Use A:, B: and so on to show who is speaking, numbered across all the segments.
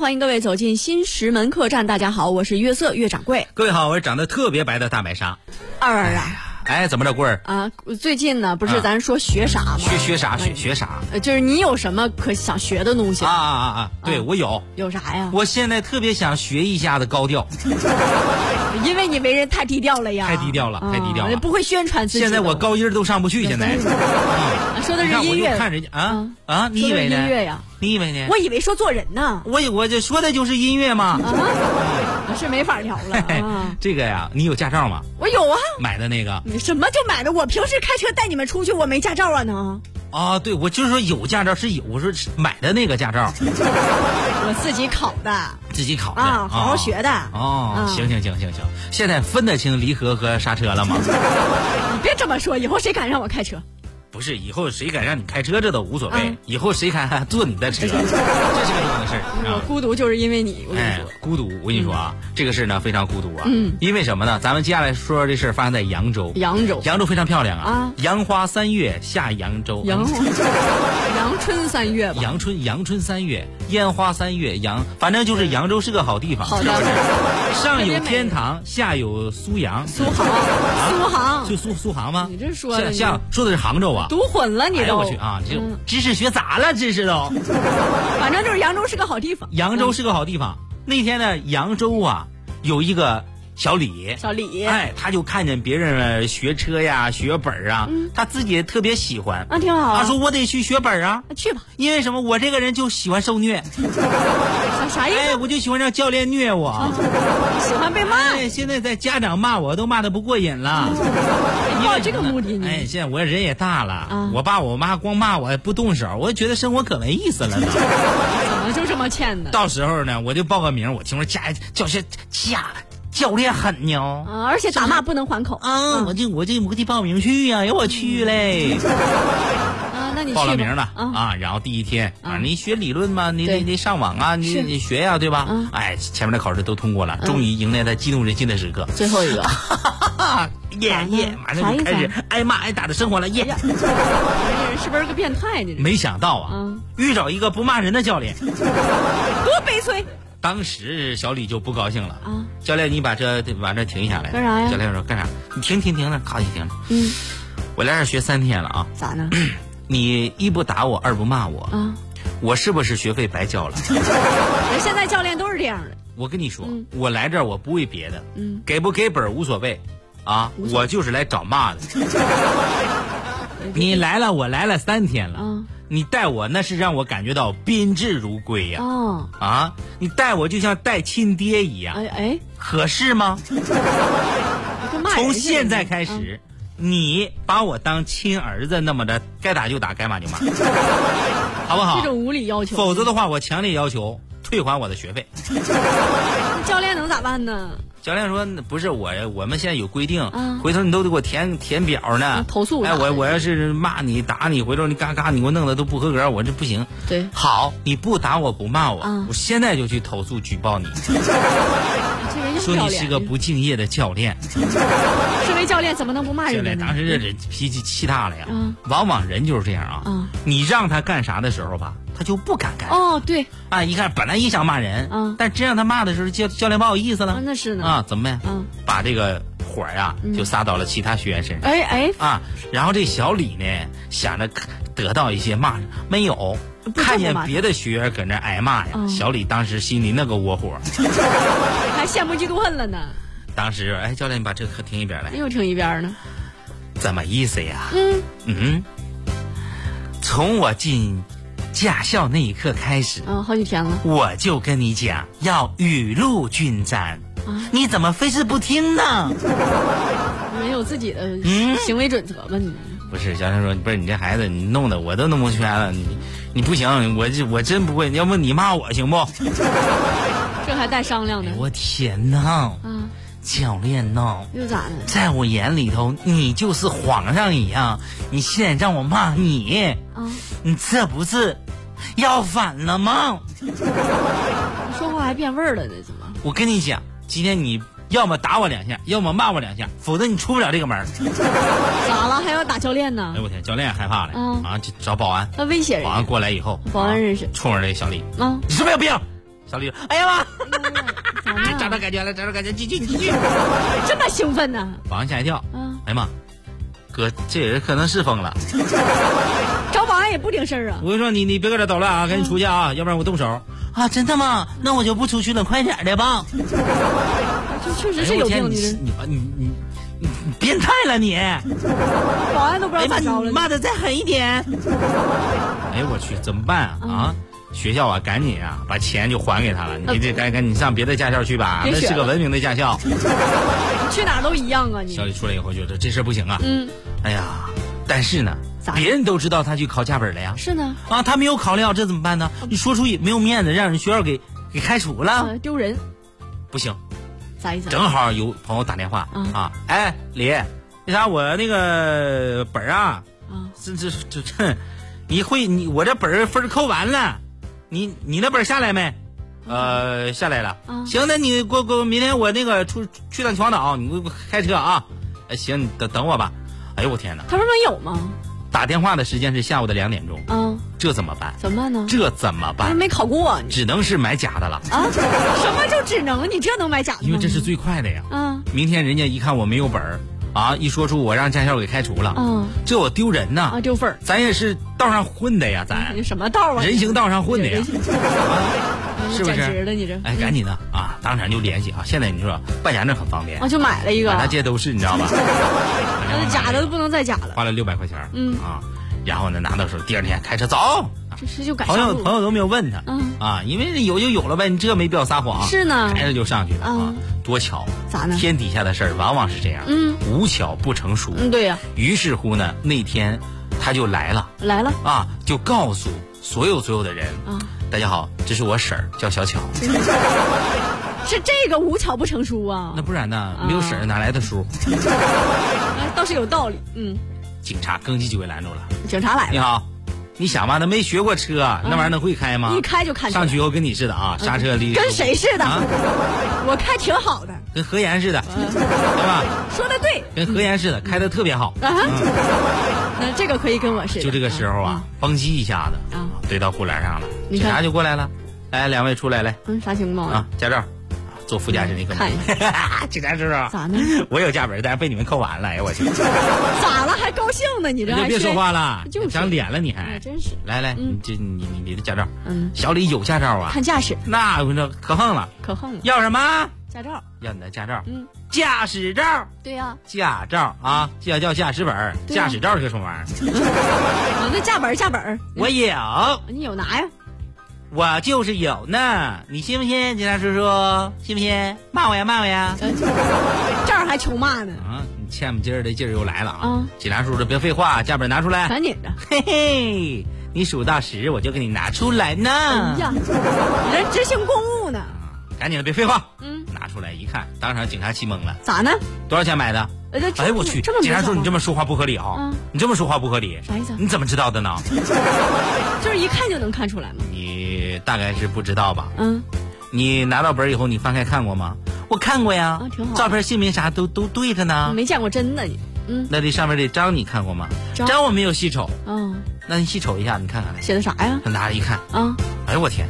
A: 欢迎各位走进新石门客栈。大家好，我是月色月掌柜。
B: 各位好，我是长得特别白的大白鲨。
A: 二儿啊
B: 哎，怎么着，棍儿？
A: 啊，最近呢，不是
B: 啊
A: 咱说学啥吗？
B: 学学啥？学学啥？
A: 呃，就是你有什么可想学的东西？
B: 啊啊啊啊！
A: 嗯
B: 对我有，
A: 有啥呀？
B: 我现在特别想学一下子高调。
A: 因为你为人太低调了呀，
B: 太低调了
A: 啊
B: 太低调了
A: 不会宣传自己的。
B: 现在我高音儿都上不去，现在。
A: 啊说的
B: 你
A: 是
B: 看，我
A: 音
B: 就
A: 乐，
B: 看人家啊
A: 嗯
B: 啊！你以为
A: 说的是音乐
B: 呢？
A: 呀，
B: 你以为呢？
A: 我嗯以为说做人呢，
B: 我以我这说的就是音乐嘛。
A: 我是没法聊了
B: 嗯嘿
A: 啊。
B: 这个呀，你有驾照吗？
A: 我有啊，
B: 买的那个
A: 你什么就买的？我平时开车带你们出去，我没驾照啊呢，
B: 啊？对，我就是说有驾照是有，我说是买的那个 驾照
A: 我自己考的。
B: 自己考的
A: 啊，好好学的
B: 哦，
A: 嗯
B: 行行行行行，现在分得清离合和刹车了吗？
A: 你别这么说，以后谁敢让我开车？
B: 不是，以后谁敢让你开车，这都无所谓。
A: 嗯
B: 以后谁敢坐 你的车，这是个怎么回事儿
A: 我
B: 啊？
A: 孤独就是因为你，我跟你
B: 哎
A: 说，，
B: 孤独，我跟你说啊，这个事儿呢非常孤独啊。
A: 嗯，
B: 因为什么呢？咱们接下来说说这事儿发生在扬州。
A: 扬州
B: 扬州非常漂亮啊
A: 啊，
B: 杨花三月下扬州，
A: 阳阳春三月吧。
B: 阳春阳春三月，烟花三月，扬，反正就是扬州是个好地方，
A: 好
B: 是
A: 的
B: 不 是？上
A: 特
B: 有
A: 别美
B: 天堂，下有苏阳，啊
A: 苏杭，苏杭，
B: 就苏苏杭吗？
A: 你这说的
B: 像
A: 你
B: 像说的是杭州啊。
A: 读混了你
B: 哎呦
A: 都。
B: 我去啊！这
A: 嗯
B: 知识学杂了，知识都。
A: 反正就是扬州是个好地方。
B: 扬州是个好地方。那天呢，扬州啊有一个小李，
A: 小李，
B: 哎，他就看见别人呃学车呀、学本儿啊，他自己特别喜欢。
A: 啊，挺嗯好啊。
B: 他说：“我得去学本儿啊，
A: 去吧，
B: 因为什么？我这个人就喜欢 受虐，
A: 啥啥意
B: 哎，
A: 思？
B: 我就喜欢让教练虐我。
A: 哦喜欢被骂，
B: 哎，现在在家长骂我都骂的不过瘾了。 因
A: 抱
B: 为
A: 哦这个目的你。
B: 哎，现在我人也大了，
A: 啊
B: 我爸我妈光骂我不动手，我就觉得生活可没意思了 呢。”
A: 怎么就这么欠的？
B: 到时候呢，我就报个名，我听说家教学家教练狠呢。
A: 啊，而且打骂不能还口
B: 啊，我就我就我得报名去呀、哎呦我去嘞！
A: 啊，那你去吧
B: 报了名了
A: 啊，
B: 啊，然后第一天啊，
A: 啊
B: 你学理论嘛，你
A: 对
B: 你你上网啊，你
A: 是嗯
B: 你学呀，对吧
A: 啊？
B: 哎，前面的考试都通过了，终于迎来了激动人心的时刻，
A: 最后一个，
B: 啊，耶
A: 啥呢
B: 耶，马上就
A: 啥
B: 开
A: 意
B: 始
A: 思啊
B: 挨骂挨打的生活了，
A: 哎
B: 耶
A: 呀！，你这人是不是个变态？你这
B: 没想到啊
A: 嗯，
B: 遇着一个不骂人的教练，
A: 多悲 催
B: 当时小李就不高兴了。
A: 啊！
B: 教练，你把这把这停下来。
A: 干啥呀
B: 教练说干啥？你停停停了，咔就停了。
A: 嗯，
B: 我来这儿学三天了啊，
A: 咋呢？
B: 你一不打我，二不骂我，
A: 啊，
B: 我是不是学费白交了？
A: 人现在教练都是这样的。
B: 我跟你说，
A: 嗯
B: 我来这儿我不为别的，
A: 嗯，
B: 给不给本儿无所谓，啊，我就是来找骂 的。你来了，我来了三天了，
A: 啊
B: 你带我那是让我感觉到宾至如归呀、
A: 哦，
B: 啊！你带我就像带亲爹一样，
A: 哎哎，
B: 合适吗？
A: 跟骂人
B: 从
A: 似的
B: 现在开始，
A: 嗯
B: 你把我当亲儿子那么的，该打就打，该骂 就骂，好
A: 啊
B: 不
A: 这
B: 好？
A: 种无理要求，
B: 否则的话，我强烈要求退还我的学费。
A: 教练能咋办呢？
B: 教练说：“不是我，我们现在有规定，
A: 啊
B: 回头你都得给我填填表呢
A: 啊。投诉
B: 哎，
A: 啥
B: 我
A: 的
B: 我要是骂你打你，回头你嘎嘎你给我弄的都不合格，我这不行。
A: 对，
B: 好，你不打我不骂我，
A: 啊
B: 我现在就去投诉举报你，
A: 这人要不
B: 说
A: 要
B: 你
A: 脸？
B: 是个不敬业的教练。
A: 身为教练怎么能不骂
B: 教
A: 人家
B: 练
A: 呢？
B: 当时这人脾气气大了呀，
A: 嗯
B: 往往人就是这样啊。
A: 嗯
B: 你让他干啥的时候吧，他就不敢干。
A: 哦，对，
B: 啊，一看本来也想骂人，
A: 嗯
B: 但真让他骂的时候，教教练不好意思了。
A: 啊那是呢
B: 啊，怎么办？
A: 嗯
B: 把这个火儿啊，就撒到了其他学员身上。
A: 哎哎，
B: 啊，然后这小李呢，想着得到一些骂，没有
A: 不。这么
B: 看见
A: 骂
B: 别的学员搁那儿挨骂呀，
A: 嗯
B: 小李当时心里那个窝火。
A: 还羡慕嫉妒恨了呢，
B: 当时，哎，教练，你把这课停一边来，
A: 又听一边呢。
B: 怎么意思呀？
A: 嗯，
B: 嗯，从我进驾校那一刻开始，
A: 啊，好几天了，
B: 我就跟你讲要雨露均沾
A: 啊，
B: 你怎么非是不听 呢？
A: 没有自己的
B: 嗯
A: 行为准则吧你？
B: 不是，教练说，不是你这孩子，你弄得我都弄蒙圈了，你你不行，我这我真不会，要不你骂我行不？哎
A: 这还带商量的
B: 呦哎我天呐，
A: 啊？
B: 教练呐，
A: 又咋的？
B: 在我眼里头你就是皇上一样，你现在让我骂你，
A: 啊，
B: 你这不是要反了吗？
A: 说话还变味儿了呢，怎么？
B: 我跟你讲，今天你要么打我两下，要么骂我两下，否则你出不了这个门儿。
A: 咋了？还要打教练呢
B: 哎？我天，教练也害怕了，
A: 嗯
B: 啊，就找保安，
A: 他威胁人
B: 保安过来以后，
A: 保安认识
B: 啊冲着这小李，
A: 啊？
B: 你是不是有病？小李，哎呀妈，
A: 咋
B: 哎
A: 了
B: 找到感觉了，找到感觉，继续继续，
A: 哎这么兴奋呢？
B: 保安吓一跳，
A: 啊，
B: 哎呀妈，哥，这人可能是疯了。
A: 找保安也不顶事儿啊。
B: 我跟你说，你你别搁这捣乱啊，赶紧出去啊，要不然我动手。啊，真的吗？那我就不出去了，快点的吧。
A: 这确实
B: 哎
A: 是
B: 呦
A: 有
B: 我天，
A: 病，
B: 你
A: 你
B: 你你你你你变态了你！哎
A: 这保安都不知道
B: 呀妈，
A: 咋着了
B: 哎你。骂的再狠一点。哎呦我去，怎么办啊？啊学校啊，赶紧啊，把钱就还给他了。你这赶赶紧上嗯别的嗯驾校去吧，
A: 别
B: 那
A: 学
B: 是个
A: 了
B: 文明的驾校。
A: 你去哪儿都一样啊你
B: 小。李出来以后觉得这事儿不行啊。
A: 嗯，
B: 哎呀，但是呢
A: 咋，
B: 别人都知道他去考驾本了呀。
A: 是呢，
B: 啊，他没有考虑好，这怎么办呢？你说出也没有面子，让人学校给给开除了，
A: 啊，丢人，
B: 不行。
A: 咋意思啊？
B: 正好有朋友打电话、
A: 嗯
B: 啊，哎，李，那啥，我那个本儿啊，
A: 啊，
B: 这 这这这，你会你我这本儿分儿扣完了，你你那本儿下来没？呃，下来了。
A: 嗯
B: 行，那你给我给我明天我那个出去趟秦皇岛，你给我开车啊。哎，行，你等等我吧。哎呦我天哪！
A: 他说能有吗？
B: 打电话的时间是下午的两点钟，
A: 啊，
B: 这怎么办？
A: 怎么办呢？
B: 这怎么
A: 他说
B: 办？
A: 哎没考过你
B: 只能是买假的了，
A: 啊？什么就只能你这能买假的吗？
B: 因为这是最快的呀。
A: 啊
B: 明天人家一看我没有本儿啊，一说出我让驾校给开除了，
A: 嗯
B: 这我丢人呐！
A: 啊丢分儿，
B: 咱也是道上混的呀，咱
A: 你什么道啊？
B: 人行道上混的呀
A: 人，行
B: 啊 是不
A: 简直
B: 是？
A: 了你这
B: 哎，赶紧的啊，当场就联系啊！现在你说办假证很方便
A: 啊，，就买了一个，
B: 满大街都是，你知道吧？
A: 那假的都不能再假了，
B: 花了六百块钱，
A: 嗯
B: 啊，然后呢拿到手，第二天开车走，
A: 这是就赶
B: 朋
A: 上
B: 友
A: 路
B: 朋
A: 了。
B: 友都没有问他
A: 嗯
B: 啊，因为有就有了呗，你这没必要撒谎，
A: 是呢
B: 开着就上去了啊
A: 嗯，
B: 多巧！
A: 咋呢
B: 天底下的事儿往往是这样，
A: 嗯，
B: 无巧不成书，
A: 嗯，对呀，
B: 于是乎呢，那天他就来了
A: 来了
B: 啊，就告诉所有所有的人，
A: 啊，
B: 大家好，这是我婶儿，叫小巧。
A: 嗯是这个无巧不成书啊
B: 那，不然呢？没有婶儿哪来的叔？
A: 哎倒是有道理。嗯，
B: 警察更叽就给拦住了。
A: 警察来
B: 你
A: 了，
B: 好，你想吧，那没学过车，那玩意儿能会开吗？
A: 嗯一开就看出来
B: 上去以后跟你似的啊，刹车离
A: 跟谁似的
B: 啊？
A: 我开挺好的，
B: 跟何岩似的，
A: 嗯
B: 对吧？
A: 说的对
B: 跟何岩似的，开的特别好。
A: 啊，那嗯这个可以跟我似的。
B: 就这个时候啊，嘣叽一下子
A: 啊，
B: 怼到护栏上了，
A: 嗯你
B: 警
A: 看
B: 察就过来了。来，两位出来，来
A: 嗯，嗯，啥情况
B: 啊？，驾照，啊坐副驾驶那个。
A: 看一
B: 警察叔叔，
A: 咋呢？
B: 我有驾本，但是被你们扣完了。哎呦我去，你
A: 咋了？还高兴呢？你这
B: 就
A: 还
B: 别说话了，
A: 就是
B: 长脸了你
A: 哎，
B: 还。
A: 真是，
B: 来来，
A: 嗯
B: 你这你你你的驾照，
A: 嗯，
B: 小李有驾照啊？
A: 看驾驶
B: 那我说可横了，
A: 可横了，
B: 要什么？
A: 驾照，
B: 要你的驾照，
A: 嗯，
B: 驾驶照，
A: 对呀，
B: 驾照啊，这叫驾驶本儿，
A: 对啊
B: 驾驶照是个什么玩意儿？
A: 我嗯那驾本儿驾本儿，
B: 我有，
A: 你有拿呀？
B: 我就是有呢。你信不信？警察叔叔，信不信？骂我呀，骂我呀！
A: 这儿还求骂呢，
B: 啊，你欠不劲儿的劲儿又来了啊
A: 嗯！
B: 警察叔叔，别废话，驾本拿出来。
A: 赶紧的。
B: 嘿嘿，你数到十，我就给你拿出来呢。
A: 哎呀，你这执行公务呢？
B: 赶紧的，别废话。
A: 嗯，
B: 拿出来一看，当场警察气懵了。
A: 咋呢？
B: 多少钱买的？
A: 哎这这
B: 哎，我去！
A: 这么
B: 警察叔，
A: 说
B: 你这么说话不合理啊、
A: 嗯
B: 你这么说话不合理，
A: 啥意思啊
B: 你怎么知道的呢？
A: 就是一看就能看出来嘛。
B: 你大概是不知道吧？
A: 嗯，
B: 你拿到本儿以后，你翻开看过吗？我看过呀，
A: 啊挺好
B: 照片、姓名啥都都对着呢。
A: 没见过真的你。嗯，
B: 那这上面这章你看过吗？
A: 章
B: 我没有细瞅，
A: 啊，
B: 那你细瞅一下，你看看来。
A: 写的啥呀？
B: 他拿着一看，
A: 啊，
B: 哎呦我天！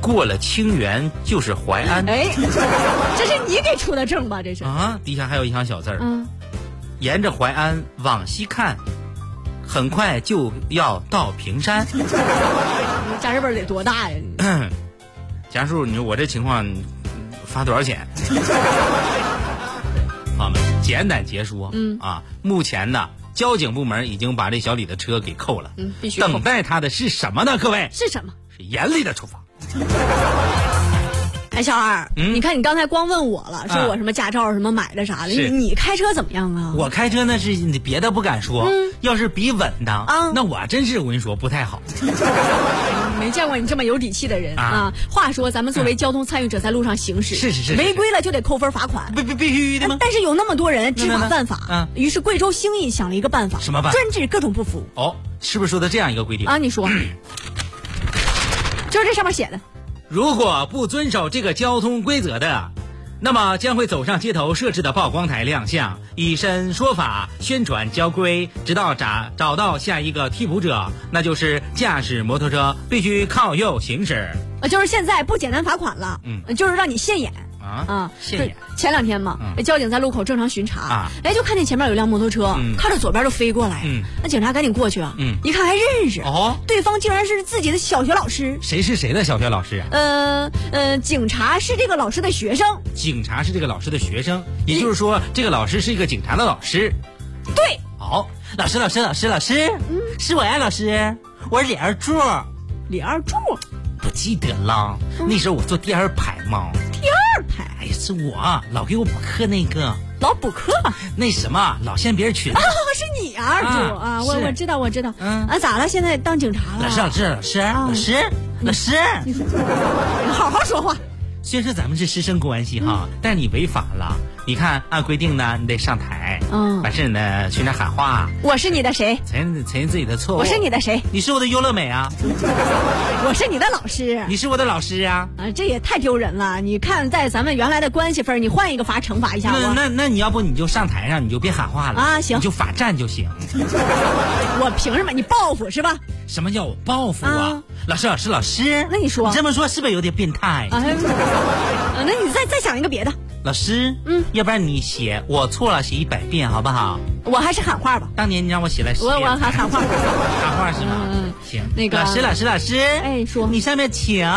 B: 过了清源就是淮安、
A: 哎，这是你给出的证吧？这是。
B: 啊，底下还有一行小字儿。
A: 嗯，
B: 沿着淮安往西看，很快就要到平山。
A: 你驾驶本儿得多 大呀？你
B: 贾叔，你说我这情况嗯发多少钱？ 朋友们，简短截说，
A: 嗯
B: 啊，目前呢，交警部门已经把这小李的车给扣了。
A: 嗯，必须
B: 等待他的是什么呢？各位，
A: 是什么？
B: 是严厉的处罚。
A: 哎，小二，
B: 嗯
A: 你看你刚才光问我了，说
B: 啊
A: 我什么驾照、什么买的啥的，你
B: 是
A: 你开车怎么样啊？
B: 我开车那是你别的不敢说，
A: 嗯
B: 要是比稳当，
A: 啊
B: 那我真是我跟你说不太好。
A: 没见过你这么有底气的人
B: 啊
A: 啊！话说，咱们作为交通参与者，在路上行驶，
B: 是是是是
A: 违规了就得扣分罚款。
B: 必必必须的吗？
A: 但是有那么多人知
B: 那那
A: 法
B: 那
A: 犯法，
B: 嗯
A: 于是贵州兴义想了一个办法，
B: 什么办法
A: 专治各种不服
B: 哦，是不是说的这样一个规定？
A: 啊！你 说，就是这上面写的，
B: 如果不遵守这个交通规则的，那么将会走上街头设置的曝光台亮相，以身说法，宣传交规，直到找找到下一个替补者，那就是驾驶摩托车必须靠右行驶
A: 呃，就是现在不简单罚款了，
B: 嗯
A: 呃，就是让你现眼。
B: 啊，
A: 啊，
B: 现
A: 就
B: 眼
A: 前两天嘛，哎
B: 嗯
A: 交警在路口正常巡查，
B: 啊
A: 哎，就看见前面有辆摩托车，
B: 嗯
A: 靠着左边就飞过来，
B: 嗯
A: 那警察赶紧过去啊，
B: 嗯
A: 一看还认识，
B: 哦，
A: 对方竟然是自己的小学老师，
B: 谁是谁的小学老师啊？
A: 呃呃，警察是这个老师的学生，
B: 警察是这个老师的学生，也就是说，这个老师是一个警察的老师。
A: 对，
B: 好、老师，老师，老师，老师，是我呀，老师，我是李二柱，
A: 李二柱
B: 不记得了，那时候我坐第二排嘛。
A: 二排
B: 哎呀，是我老给我补课那个，
A: 老补课啊，
B: 那什么老掀别人裙子。
A: 是你啊，二柱
B: 啊
A: 啊，我
B: 是
A: 我知道我知道，
B: 嗯
A: 啊，咋了？现在当警察
B: 老师，老
A: 了？
B: 师，老师，
A: 哦
B: 老师，老师，
A: 好好说话，
B: 虽然说咱们是师生关系哈，
A: 嗯
B: 但是你违法了。你看，按规定呢，你得上台，
A: 嗯
B: 完事儿呢去那喊话，
A: 我是你的谁？
B: 承认承认自己的错误。
A: 我是你的谁？
B: 你是我的优乐美 啊，哦
A: 我是你的老师。
B: 你是我的老师 啊。
A: 啊，这也太丢人了！你看，在咱们原来的关系分儿，你换一个法惩罚一下
B: 那
A: 我，
B: 那那你要不你就上台上你就别喊话了
A: 啊行
B: 你就罚站就行。
A: 我凭什么？你报复是吧？
B: 什么叫我报复啊
A: 啊？
B: 老师，老师，老师，
A: 那你说
B: 这么说是不是有点变态？
A: 啊，啊那你再再想一个别的，
B: 老师，嗯，要不然你写我错了写一百遍好不好？
A: 我还是喊话吧，
B: 当年你让我写了十
A: 我
B: 遍，
A: 我喊喊话，
B: 喊话是吗？
A: 嗯嗯
B: 行，
A: 那个
B: 老师，老师，老师，
A: 哎说
B: 你上面请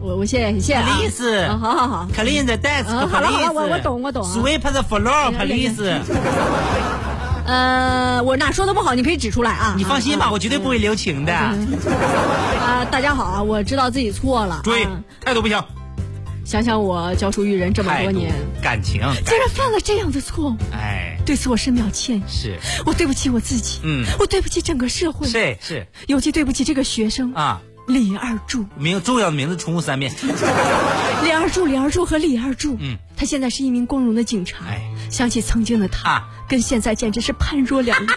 A: 我我谢谢谢谢啊，
B: ，please，
A: 啊好好好，
B: clean the desk，
A: 嗯好了好了我我懂我懂啊
B: Sweep the
A: 哎呀
B: floor，please，
A: 呃，我哪说的不好，你可以指出来啊，
B: 你放心吧，我绝对不会留情的。
A: 啊啊，大家好啊，我知道自己错了，
B: 注意
A: 啊，
B: 态度不行，
A: 想想我教书育人这么
B: 态
A: 多
B: 度
A: 年，、
B: 感情，
A: 竟然犯了这样的错误，
B: 哎，
A: 对此我深表歉意，
B: 是
A: 我对不起我自己，
B: 嗯
A: 我对不起整个社会，
B: 是是
A: 尤其对不起这个学生
B: 啊，
A: 李二柱。
B: 名重要的名字重复三遍，
A: 李二柱，李二柱和李二柱，
B: 嗯，
A: 他现在是一名光荣的警察。
B: 哎
A: 想起曾经的他，
B: 啊
A: 跟现在简直是判若两 人。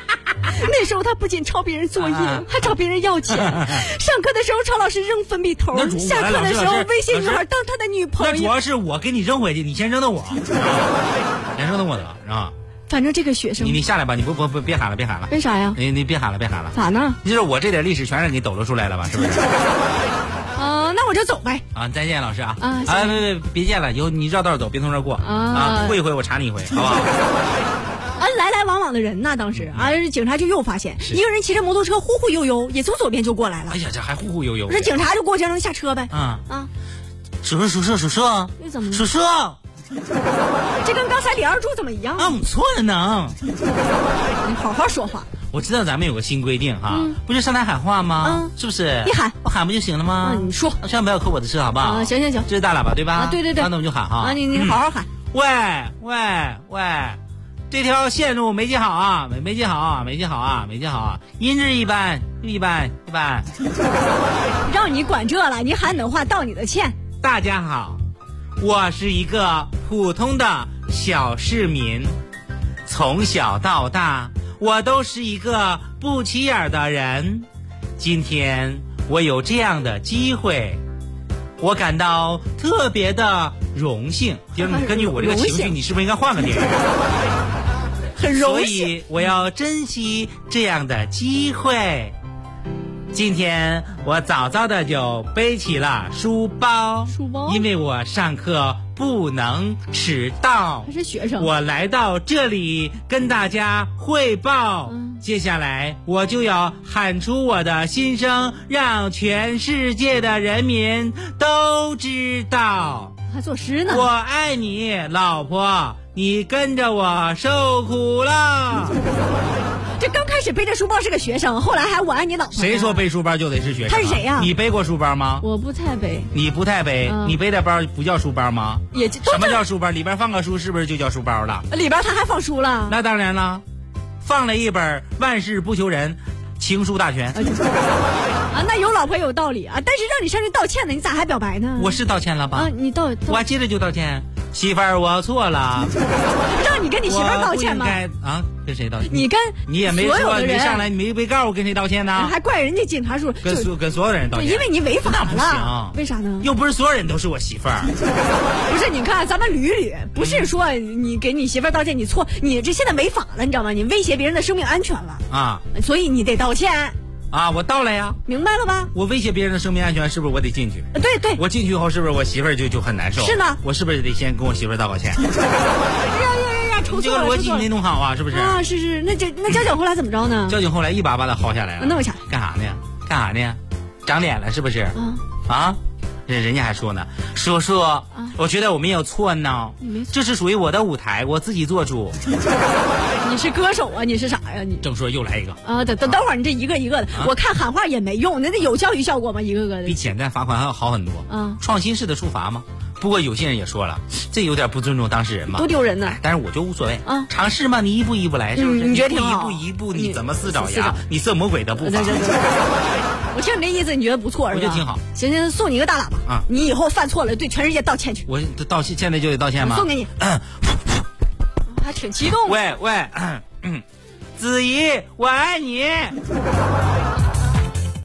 A: 那时候他不仅抄别人作业，
B: 啊
A: 还找别人要 钱。上课的时候抄老师扔粉笔头
B: 那主，
A: 下课的时
B: 老
A: 候
B: 师
A: 威胁女
B: 老师
A: 孩当他的女
B: 那
A: 朋
B: 主
A: 友。
B: 要是我给你扔回去，你先 扔到我，先扔到我得是吧？
A: 反正这个学生
B: 你，你哎下来吧，你不不不别喊了，别喊了，
A: 为啥呀？
B: 你你别喊了，别喊了。
A: 咋呢？
B: 就是我这点历史全让你抖搂出来了吧？是 不是？
A: 啊、那我就走呗。
B: 啊，再见，老师啊！
A: 啊
B: 啊，
A: 行
B: 别别别见了，以后你绕道走，别从这儿过
A: 啊
B: 过一回我查你一回，好不好？
A: 啊，来来往往的人呐，当时啊，警察就又发现
B: 嗯是
A: 一个人骑着摩托车忽忽悠悠，也从左边就过来了
B: 哎。呀，这还忽忽悠悠
A: 我
B: 的
A: 说警察就过去让他下车呗。
B: 啊！
A: 啊，
B: 叔叔，叔叔，叔叔，
A: 那怎么了
B: 叔叔，啊，
A: 这跟刚才李二柱怎么一样啊？
B: 我们错了呢。啊
A: 你好好说话。
B: 我知道咱们有个新规定哈，不就上台喊话吗
A: 嗯？
B: 是不是？
A: 你喊
B: 我喊不就行了吗？
A: 嗯你说
B: 千万不要扣我的车，好不好？
A: 啊行行行
B: 这是大喇叭对吧
A: 啊？对对对
B: 啊那我们就喊哈。
A: 啊，你你
B: 嗯
A: 好好喊。
B: 喂喂喂，这条线路没接好啊，没没接好啊，没接好啊，没接好啊，音质一般，一般一般。嗯
A: 让你管这了，你喊等话道你的歉。
B: 大家好，我是一个普通的小市民，从小到大我都是一个不起眼儿的人。今天我有这样的机会，我感到特别的荣幸。就是你根据我这个
A: 荣
B: 情绪，
A: 幸
B: 你是不是应该换个电影？
A: 很
B: 所
A: 荣幸。
B: 以我要珍惜这样的机会。今天我早早的就背起了书包，
A: 书包
B: 因为我上课不能迟到
A: 他。是学生，
B: 我来到这里跟大家汇报，
A: 嗯
B: 接下来我就要喊出我的心声，让全世界的人民都知道。
A: 还作诗呢。
B: 我爱你，老婆，你跟着我受苦了。
A: 这刚开始背着书包是个学生，后来还我爱你老婆。
B: 谁说？背书包就得是学生、
A: 他
B: 啊
A: 是谁呀
B: 你背过书包吗？
A: 我不太背，
B: 你不太背，
A: 嗯
B: 你背的包不叫书包吗？
A: 也就都
B: 什么叫书包？里边放个书是不是就叫书包了？
A: 里边他还放书了。
B: 那当然了，放了一本《万事不求人》情书大全。
A: 哎呀啊，那有老婆有道理啊，但是让你上去道歉呢，你咋还表白呢？
B: 我是道歉了吧？
A: 啊，你道道
B: 我接着就道歉，媳妇儿，我错了，
A: 让你跟你媳妇儿道歉吗
B: 我不？应该啊，跟谁道歉？
A: 你跟
B: 你也没
A: 所有
B: 说，
A: 的
B: 你
A: 人啊
B: 上来你没没告诉我跟谁道歉呢？
A: 还怪人家警察叔，
B: 啊跟
A: 就
B: 所跟所有的人道
A: 对
B: 歉，
A: 因为你违法
B: 那
A: 了，
B: 不行
A: 为啥呢？
B: 又不是所有人都是我媳妇儿，
A: 不是，你看咱们捋捋，不是说你给你媳妇儿道歉，你错，你这现在违法了，你知道吗？你威胁别人的生命安全了，
B: 啊
A: 所以你得道歉，
B: 啊，我到了呀，
A: 明白了吧？
B: 我威胁别人的生命安全，是不是我得进去？
A: 对对，
B: 我进去以后，是不是我媳妇儿就就很难受？
A: 是呢
B: 我是不是得先跟我媳妇儿道 个歉？
A: 呀呀呀呀，抽
B: 你这
A: 错
B: 个
A: 了，
B: 逻
A: 抽
B: 辑
A: 错
B: 没
A: 了
B: 弄好啊，是不是？
A: 啊！是是，那这那交警后来怎么着呢？
B: 交警后来一把把他薅下来
A: 啊
B: 了，
A: 弄一下
B: 干啥呢？干啥呢？长脸了是不是？
A: 啊，
B: 啊，人人家还说呢，叔叔，我觉得我没有错呢
A: 你没，错
B: 这是属于我的舞台，我自己做主。
A: 你是歌手啊？你是啥呀？你
B: 正说又来一个，
A: 啊，等等等会儿，你这一个一个的，我看喊话也没用，那那有教育效果吗？一个个的，
B: 比简单罚款还要好很多。
A: 嗯
B: 创新式的处罚嘛。不过有些人也说了，这有点不尊重当事人嘛
A: 多。丢人呢！
B: 但是我就无所谓，
A: 嗯
B: 尝试嘛，你一步一步来，是不是？
A: 嗯你觉得
B: 一步
A: 挺
B: 一
A: 好
B: 步一步，
A: 你
B: 你怎么
A: 是
B: 似爪
A: 是的
B: 牙？你色魔鬼的步
A: 对
B: 伐
A: 对。对，我听你这意思，你觉得不错是吧？
B: 我觉得挺好。
A: 行行，送你一个大喇叭
B: 啊
A: 你以后犯错了，对全世界道歉去。
B: 我道歉，现在就得道歉吗？
A: 送给你，还挺激动的。
B: 嗯喂喂，嗯，子怡，我爱你。